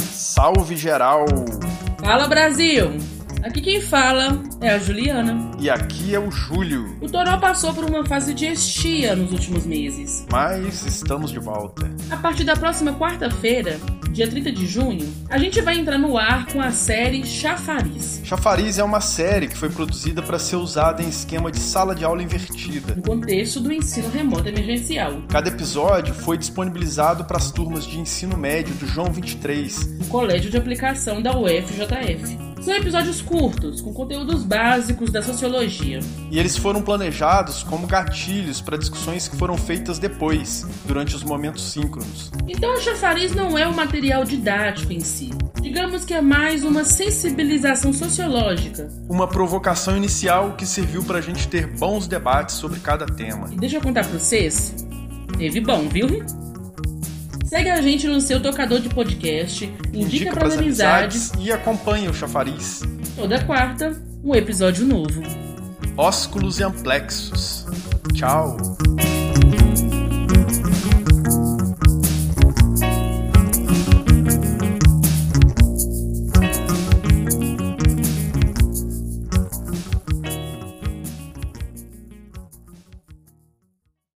Salve geral! Fala Brasil! Aqui quem fala é a Juliana. E aqui é o Júlio, O Toró passou por uma fase de estia nos últimos meses. mas estamos de volta. A partir da próxima quarta-feira, dia 30 de junho, a gente vai entrar no ar com a série Chafariz. Chafariz é uma série que foi produzida para ser usada em esquema de sala de aula invertida. No contexto do ensino remoto emergencial, Cada episódio foi disponibilizado para as turmas de ensino médio do João 23. no colégio de aplicação da UFJF. São episódios curtos, com conteúdos básicos da sociologia. E eles foram planejados como gatilhos para discussões que foram feitas depois, durante os momentos síncronos. Então a chafariz não é um material didático em si. Digamos que é mais uma sensibilização sociológica. Uma provocação inicial que serviu para a gente ter bons debates sobre cada tema. E deixa eu contar pra vocês, teve bom, viu? Segue a gente no seu tocador de podcast, indica, pras pras amizades, e acompanha o chafariz. toda quarta, um episódio novo. Ósculos e amplexos. Tchau!